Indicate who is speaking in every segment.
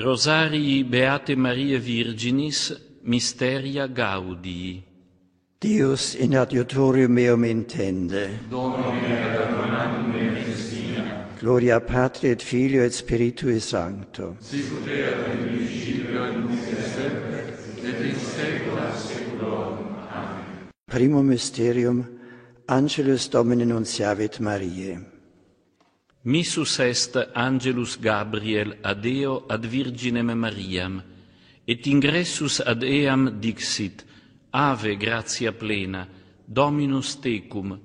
Speaker 1: Rosarii Beate Maria Virginis Mysteria Gaudii.
Speaker 2: Deus in adiutorium meum intende. Gloria Patri et Filio et Spiritui Sancto. Primum mysterium Angelus Domini nunciavit Mariae.
Speaker 1: Missus est angelus Gabriel ad eo ad virginem Mariam, et ingressus ad eam dixit, Ave gratia plena, Dominus tecum,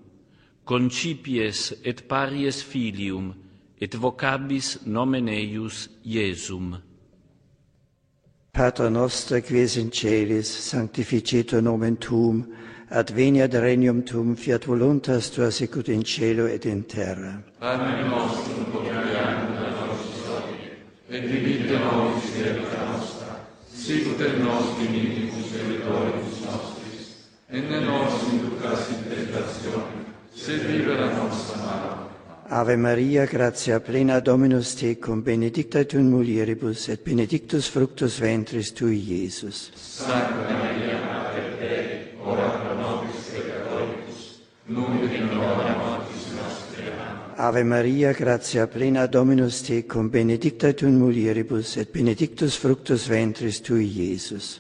Speaker 1: concipies et paries filium, et vocabis nomen eius Iesum.
Speaker 2: Pater noster, quies in celis, sanctificetur nomen tuum, adveniat regnum tuum, fiat voluntas tua sicut in cielo et in terra. Ave Maria, gratia plena Dominus tecum, benedicta tu in mulieribus, et benedictus fructus ventris tui, Iesus. Ave Maria, gratia plena Dominus tecum, benedicta tu in mulieribus, et benedictus fructus ventris tui, Iesus.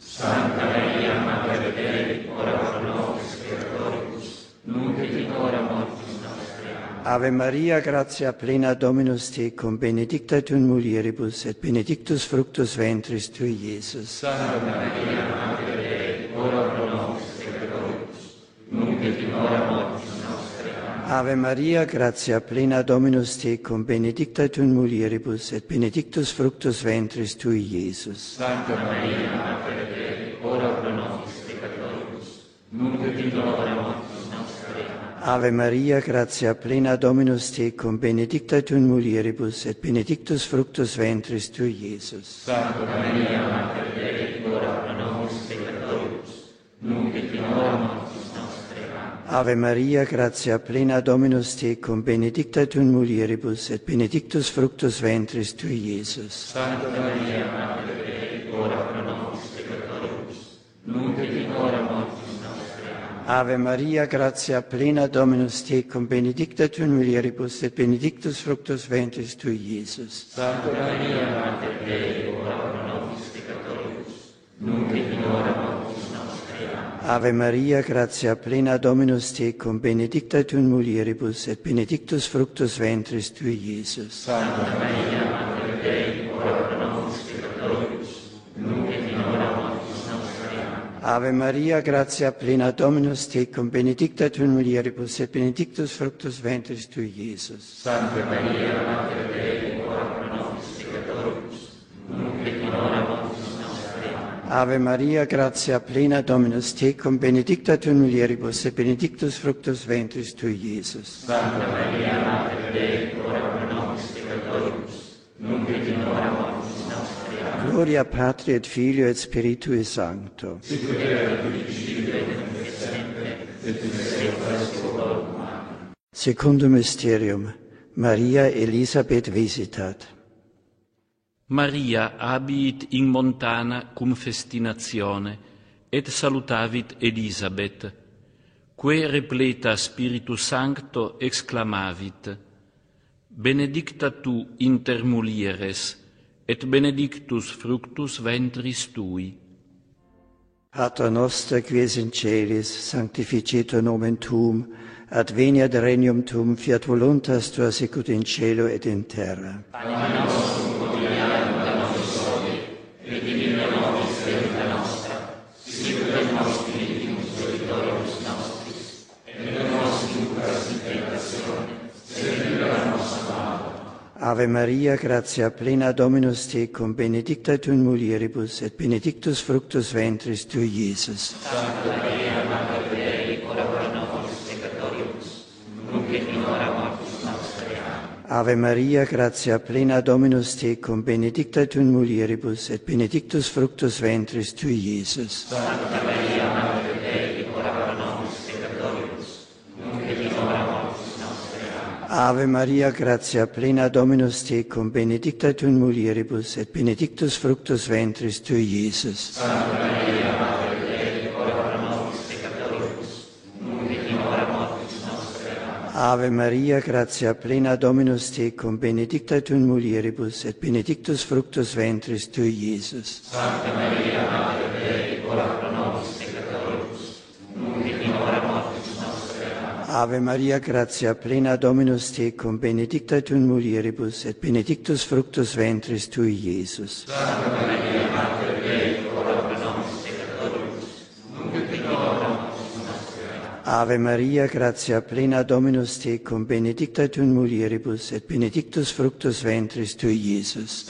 Speaker 2: Ave Maria, gratia plena Dominus tecum, benedicta tu in mulieribus, et benedictus fructus ventris tui, Iesus. Ave Maria, gratia plena Dominus tecum, benedicta tu in mulieribus, et benedictus fructus ventris tui, Iesus. Ave Maria, gratia plena Dominus tecum, benedicta tu in mulieribus, et benedictus fructus ventris tui, Iesus. Ave Maria, gratia plena Dominus tecum, benedicta tu in mulieribus, et benedictus fructus ventris tui, Iesus. Ave Maria, gratia plena Dominus tecum, benedicta tu in mulieribus, et benedictus fructus ventris tui, Iesus. Ave Maria, gratia plena Dominus tecum, benedicta tu in mulieribus, et benedictus fructus ventris tui, Iesus. Ave Maria, gratia plena Dominus tecum, benedicta tu in mulieribus, et benedictus fructus ventris tui, Iesus. Ave Maria, gratia plena Dominus tecum, benedicta tu in mulieribus, et benedictus fructus ventris tui, Iesus. Gloria Patri et Filio et Spiritui Sancto. Secundum mysterium, Maria Elisabeth visitat.
Speaker 1: Maria abiit in montana cum festinatione, et salutavit Elisabet, que repleta Spiritus Sancto exclamavit, Benedicta tu inter mulieres, et benedictus fructus ventris tui.
Speaker 2: Pater noster, quies in celis, sanctificetur nomen tuum, adveniat regnum tuum, fiat voluntas tua sicut in cielo et in terra. Ave Maria, gratia plena Dominus tecum, benedicta tu in mulieribus, et benedictus fructus ventris tui, Iesus. Ave Maria, gratia plena Dominus tecum, benedicta tu in mulieribus, et benedictus fructus ventris tui, Iesus. Ave Maria, gratia plena Dominus tecum, benedicta tu in mulieribus, et benedictus fructus ventris tui, Iesus. Ave Maria, gratia plena Dominus tecum, benedicta tu in mulieribus, et benedictus fructus ventris tui, Iesus. Ave Maria, gratia plena Dominus tecum, benedicta tu in mulieribus, et benedictus fructus ventris tui, Iesus. Ave Maria, gratia plena Dominus tecum, benedicta tu in mulieribus, et benedictus fructus ventris tui, Iesus.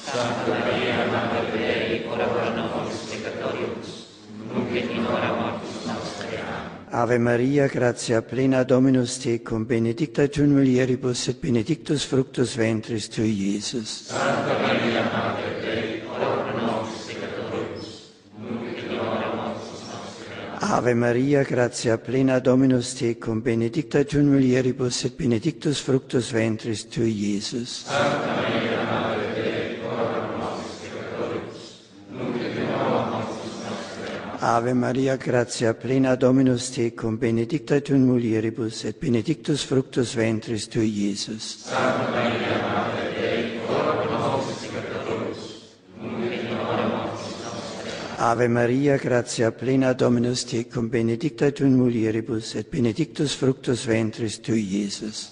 Speaker 2: Ave Maria, gratia plena Dominus tecum, benedicta tu in mulieribus, et benedictus fructus ventris tui, Iesus. Ave Maria, gratia plena Dominus tecum, benedicta tu in mulieribus, et benedictus fructus ventris tui, Iesus. Ave Maria, gratia plena Dominus tecum, benedicta tu in mulieribus, et benedictus fructus ventris tui, Iesus. Ave Maria, gratia plena Dominus tecum, benedicta tu in mulieribus, et benedictus fructus ventris tui, Iesus.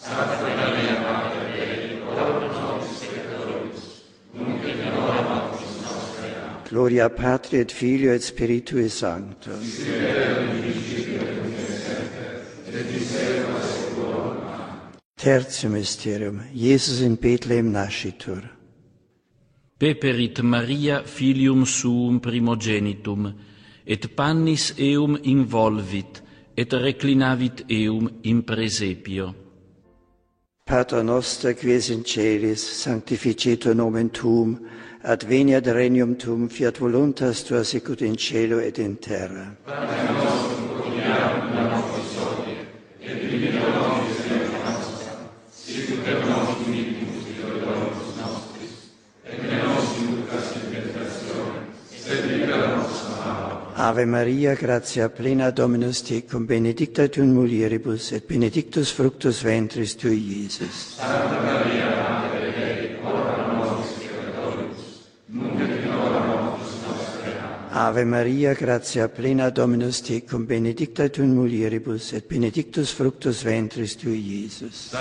Speaker 2: Gloria Patri et Filio et Spiritui Sancto. Tertium mysterium, Jesus in Bethlehem nascitur.
Speaker 1: Peperit Maria filium suum primogenitum, et pannis eum involvit, et reclinavit eum in presepio.
Speaker 2: Pater noster, qui es in celis, sanctificetur nomen tuum, adveniat regnum tuum, fiat voluntas tua sicut in cielo et in terra. Ave Maria, gratia plena Dominus tecum, benedicta tu in mulieribus, et benedictus fructus ventris tui, Iesus. Ave Maria, gratia plena Dominus tecum, benedicta tu in mulieribus, et benedictus fructus ventris tui, Iesus.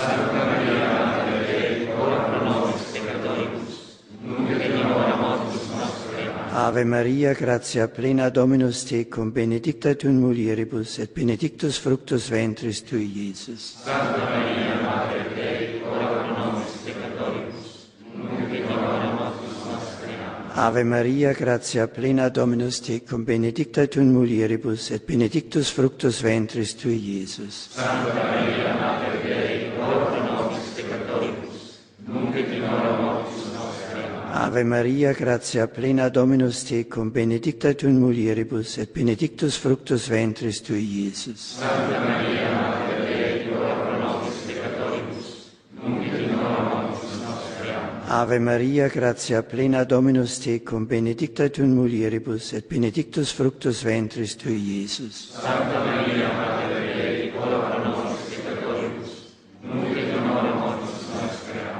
Speaker 2: Ave Maria, gratia plena Dominus tecum, benedicta tu in mulieribus, et benedictus fructus ventris tui, Iesus. Ave Maria, gratia plena Dominus tecum, benedicta tu in mulieribus, et benedictus fructus ventris tui, Iesus. Ave Maria, gratia plena Dominus tecum, benedicta tu in mulieribus, et benedictus fructus ventris tui, Iesus. Ave Maria, gratia plena Dominus tecum, benedicta tu in mulieribus, et benedictus fructus ventris tui, Iesus.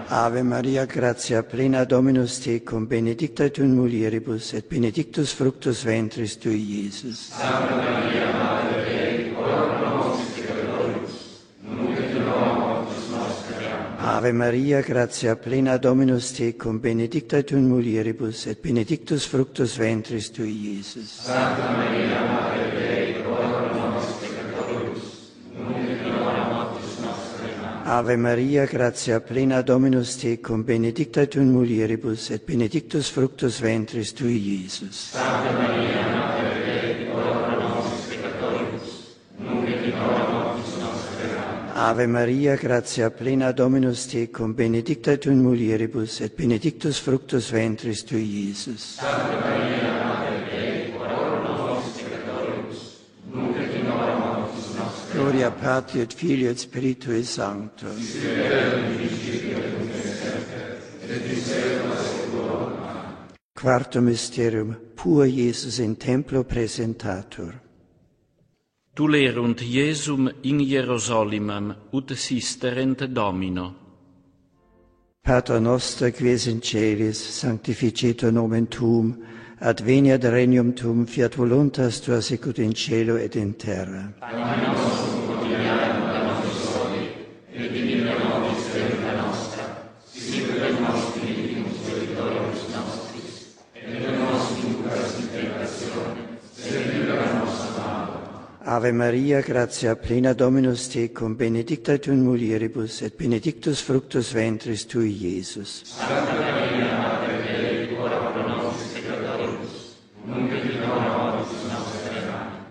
Speaker 2: Ave Maria, gratia plena Dominus tecum, benedicta tu in mulieribus, et benedictus fructus ventris tui, Iesus. Ave Maria, gratia plena Dominus tecum, benedicta tu in mulieribus, et benedictus fructus ventris tui, Iesus. Ave Maria, gratia plena Dominus tecum, benedicta tu in mulieribus, et benedictus fructus ventris tui, Iesus. Ave Maria, gratia plena Dominus tecum, benedicta tu in mulieribus, et benedictus fructus ventris tui, Iesus. Gloria gloria Patri et Filio et Spiritui Sancto. Quarto mysterium, pur Iesus in templo presentatur.
Speaker 1: Tulerunt Iesum in Hierosolimam, ut sisterent Domino.
Speaker 2: Pater noster qui es in celis, sanctificetur nomen tuum, adveniat regnum tuum, fiat voluntas tua sicut in cielo et in terra. Ave Maria, gratia plena Dominus tecum, benedicta tu in mulieribus, et benedictus fructus ventris tui, Iesus.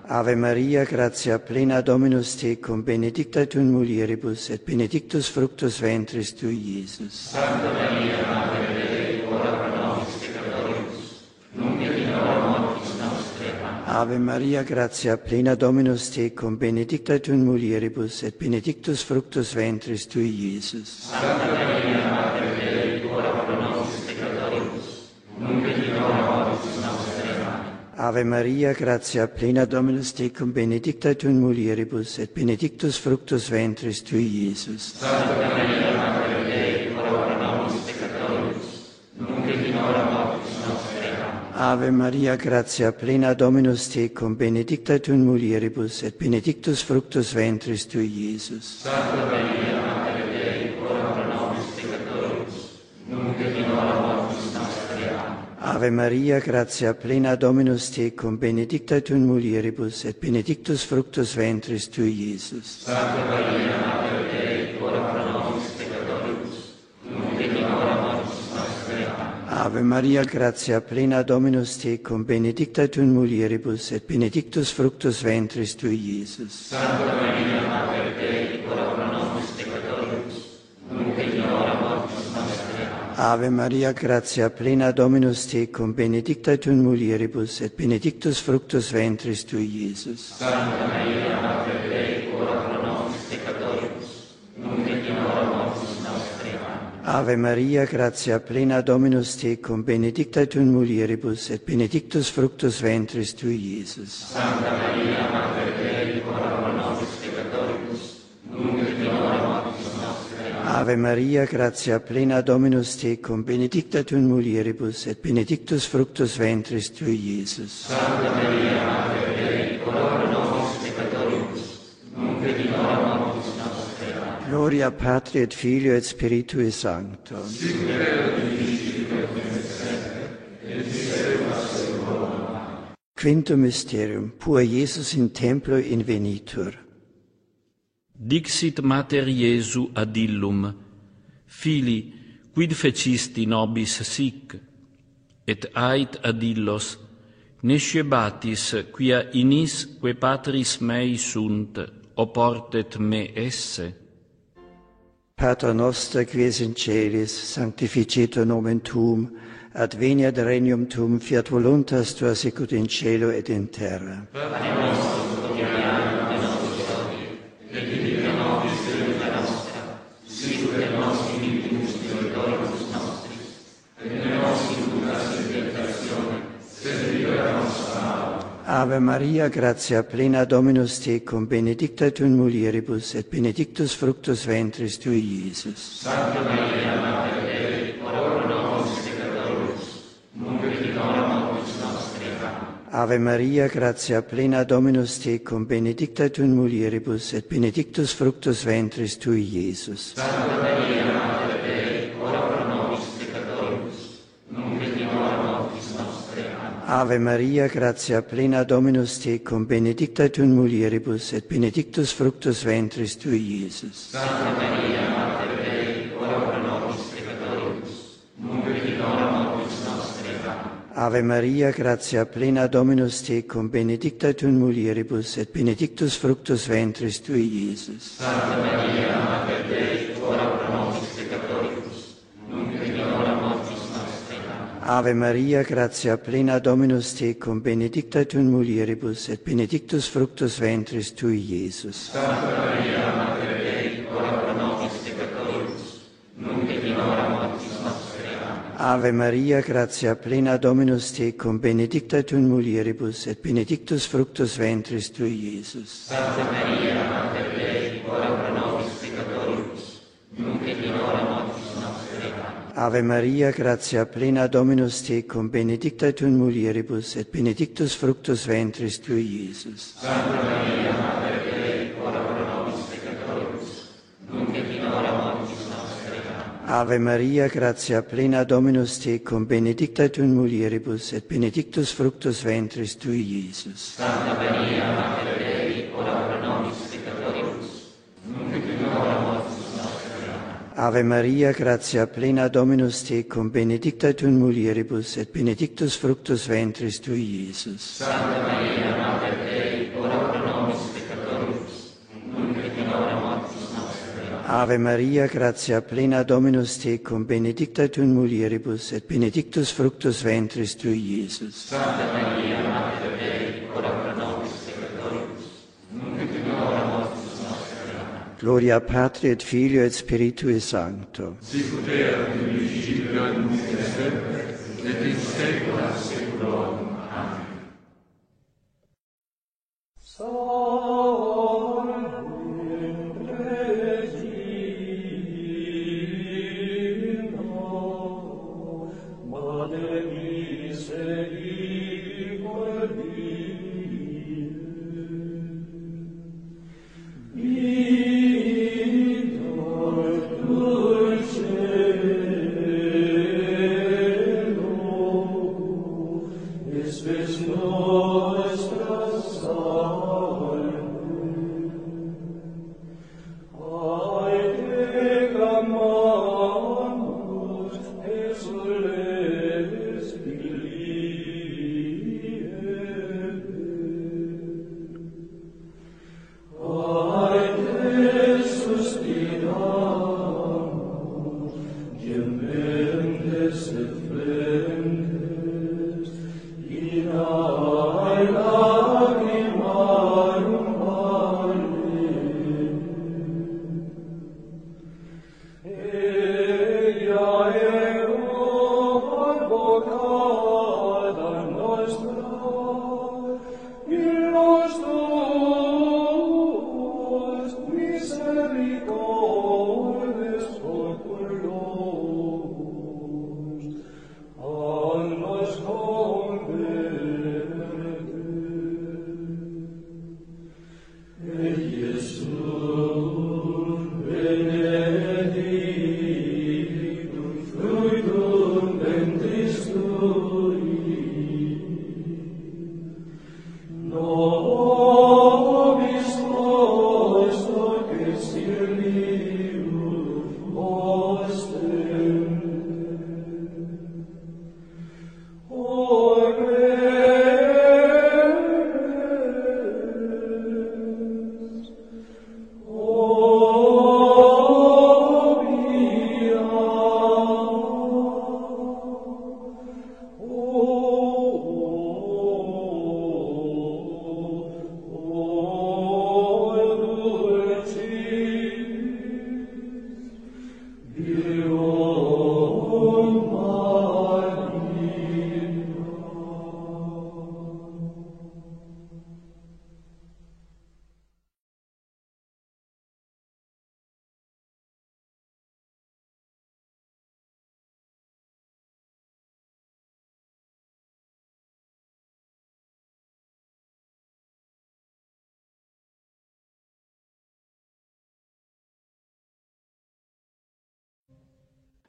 Speaker 2: Ave Maria, gratia plena Dominus tecum, benedicta tu in mulieribus, et benedictus fructus ventris tui, Iesus. Ave Maria, gratia plena Dominus tecum, benedicta tu in mulieribus, et benedictus fructus ventris tui, Iesus. Ave Maria, gratia plena Dominus tecum, benedicta tu in mulieribus, et benedictus fructus ventris tui, Iesus. Ave Maria, gratia plena Dominus tecum, benedicta tu in mulieribus, et benedictus fructus ventris tui, Iesus. Ave Maria, gratia plena Dominus tecum, benedicta tu in mulieribus, et benedictus fructus ventris tui, Iesus. Ave Maria, gratia plena Dominus tecum, benedicta tu in mulieribus, et benedictus fructus ventris tui, Iesus. Ave Maria, gratia plena Dominus tecum, benedicta tu in mulieribus, et benedictus fructus ventris tui, Iesus. Ave Maria, gratia plena Dominus tecum, benedicta tu in mulieribus, et benedictus fructus ventris tui, Iesus. Ave Maria, gratia plena Dominus tecum, benedicta tu in mulieribus, et benedictus fructus ventris tui, Iesus. Gloria Patri et Filio et Spiritui Sancto. Quinto mysterium, pur Iesus in templo invenitur.
Speaker 1: Dixit mater Iesu ad illum, Fili, quid fecisti nobis sic? Et ait ad illos, nescebatis quia inis que patris mei sunt, oportet me esse.
Speaker 2: Pater noster qui es in celis, sanctificetur nomen tuum, adveniat regnum tuum, fiat voluntas tua sicut in cielo et in terra. Ave Maria, gratia plena Dominus tecum, benedicta tu in mulieribus, et benedictus fructus ventris tui, Iesus. Ave Maria, gratia plena Dominus tecum, benedicta tu in mulieribus, et benedictus fructus ventris tui, Iesus. Ave Maria, gratia plena Dominus tecum, benedicta tu in mulieribus, et benedictus fructus ventris tui, Iesus. Ave Maria, gratia plena Dominus tecum, benedicta tu in mulieribus, et benedictus fructus ventris tui, Iesus. Ave Maria, gratia plena Dominus tecum, benedicta tu in mulieribus, et benedictus fructus ventris tui, Iesus.
Speaker 3: Santa Maria, Mater Dei, ora pro nobis peccatoribus, nunc et in hora mortis nostre. Amen.
Speaker 2: Ave Maria, gratia plena Dominus tecum, benedicta tu in mulieribus, et benedictus fructus ventris tui, Iesus.
Speaker 3: Santa Maria, Mater Dei, ora pro nobis peccatoribus, nunc et in hora mortis nostre. Amen.
Speaker 2: Ave Maria, gratia plena Dominus tecum, benedicta tu in mulieribus, et benedictus fructus ventris tui, Iesus.
Speaker 3: Santa Maria, Mater Dei, ora pro nobis peccatoribus, nunc et in hora mortis nostre. Amen.
Speaker 2: Ave Maria, gratia plena Dominus tecum, benedicta tu in mulieribus, et benedictus fructus ventris tui, Iesus.
Speaker 3: Santa Maria, Mater Dei, ora pro nobis peccatoribus, nunc et in hora mortis nostre. Amen.
Speaker 2: Ave Maria, gratia plena Dominus tecum, benedicta tu in mulieribus, et benedictus fructus ventris tui, Iesus.
Speaker 3: Santa Maria, Mater Dei, ora pro nobis peccatoribus, nunc et in hora mortis nostre. Amen.
Speaker 2: Ave Maria, gratia plena Dominus tecum, benedicta tu in mulieribus, et benedictus fructus ventris tui, Iesus.
Speaker 3: Santa Maria, Mater Dei, ora pro nobis peccatoribus, nunc et in hora mortis nostre. Amen.
Speaker 2: Gloria Patri et Filio et Spiritui Sancto.
Speaker 3: Sicut erat in principio et nunc et semper, et in saecula saeculorum. Amen.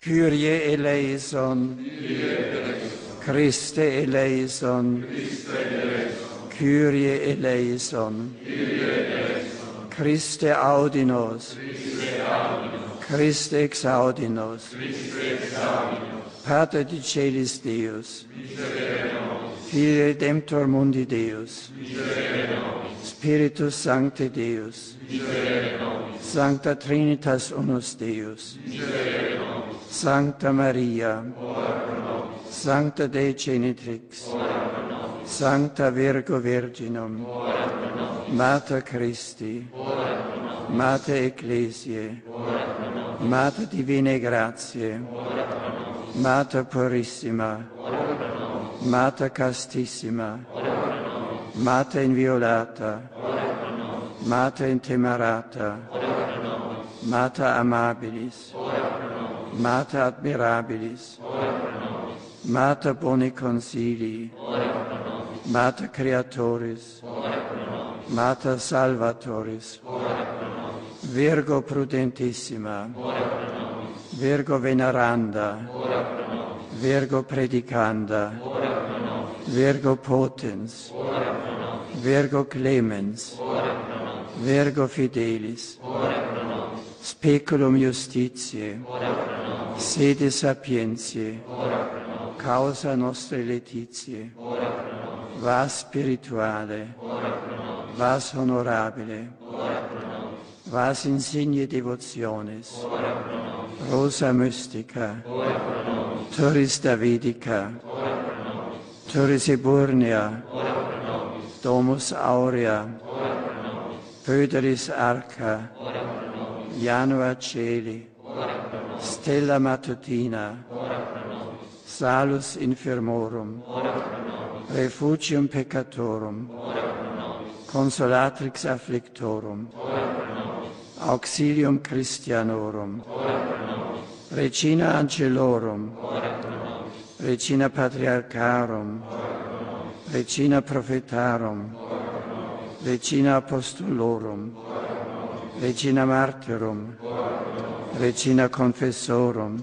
Speaker 2: Kyrie eleison. Christe eleison. Kyrie eleison. Christe audinos. Christe exaudinos. Pater di celis Deus. Fide redemptor mundi Deus. Spiritus Sancte Deus. Sancta Trinitas unus Deus. Sancta Maria, Sancta Dei Genitrix, Sancta Virgo Virginum, Mater Christi, Mater Ecclesiae, Mater Divine Grazie, Mater Purissima, Mater Castissima, Mater Inviolata, Mater Intemerata, Mater Amabilis, Mater Admirabilis, Mater Boni Consili, Mater Creatoris, Mater Salvatoris, Virgo Prudentissima, Virgo Veneranda, Virgo Predicanda, Virgo Potens, Virgo Clemens, Virgo Fidelis, Speculum Justitiae, Sede Sapientiae, Causa nostre letitiae, Vas spirituale, Vas honorabile, Vas insigne devotionis, Rosa mystica, Turis Davidica, Turis Eburnea, Domus Aurea, Pöderis Arca, Janua Celi, Stella Matutina, Salus Infirmorum, Refugium Peccatorum, Consolatrix Afflictorum, Auxilium Christianorum, Regina Angelorum, Regina Patriarcharum, Regina Prophetarum, Regina Apostolorum, Regina Martyrum, Regina Confessorum,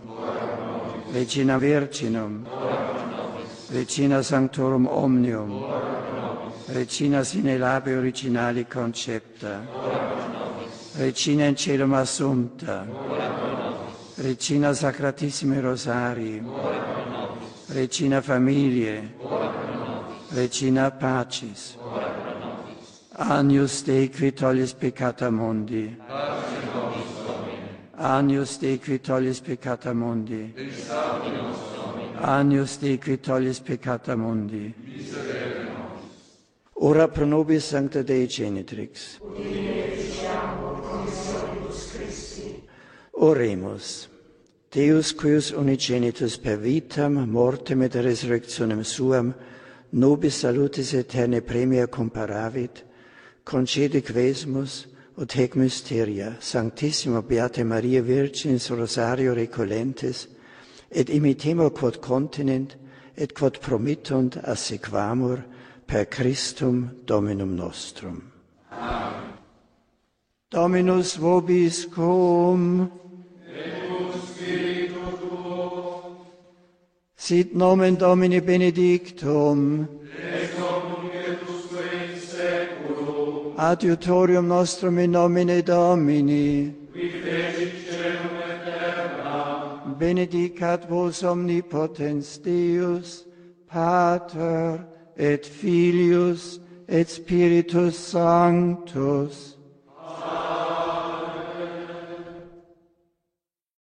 Speaker 2: Regina Virginum, Regina Sanctorum Omnium, Regina sine labe originali concepta, Regina in celum assumpta, Regina sacratissimi rosari, Regina familie, Regina pacis, Agnus Dei qui tollis peccata mondi, Agnus Dei qui tollis peccata mondi, Agnus Dei qui tollis peccata mondi, Ora pro nobis Sancta Dei Genitrix. Oremus. Deus quius unigenitus per vitam, mortem et resurrectionem suam, nobis salutis aeterne premia comparavit, concede quesmus, ut hec mysteria, sanctissima Beate Maria Virgins Rosario recolentes, et imitemo quod continent, et quod promittunt assequamur per Christum Dominum nostrum. Dominus vobis cum. Sit nomen Domini benedictum. Adiutorium nostrum in nomine Domini. Qui fecit celum Benedicat vos omnipotens Deus, Pater et Filius et Spiritus Sanctus.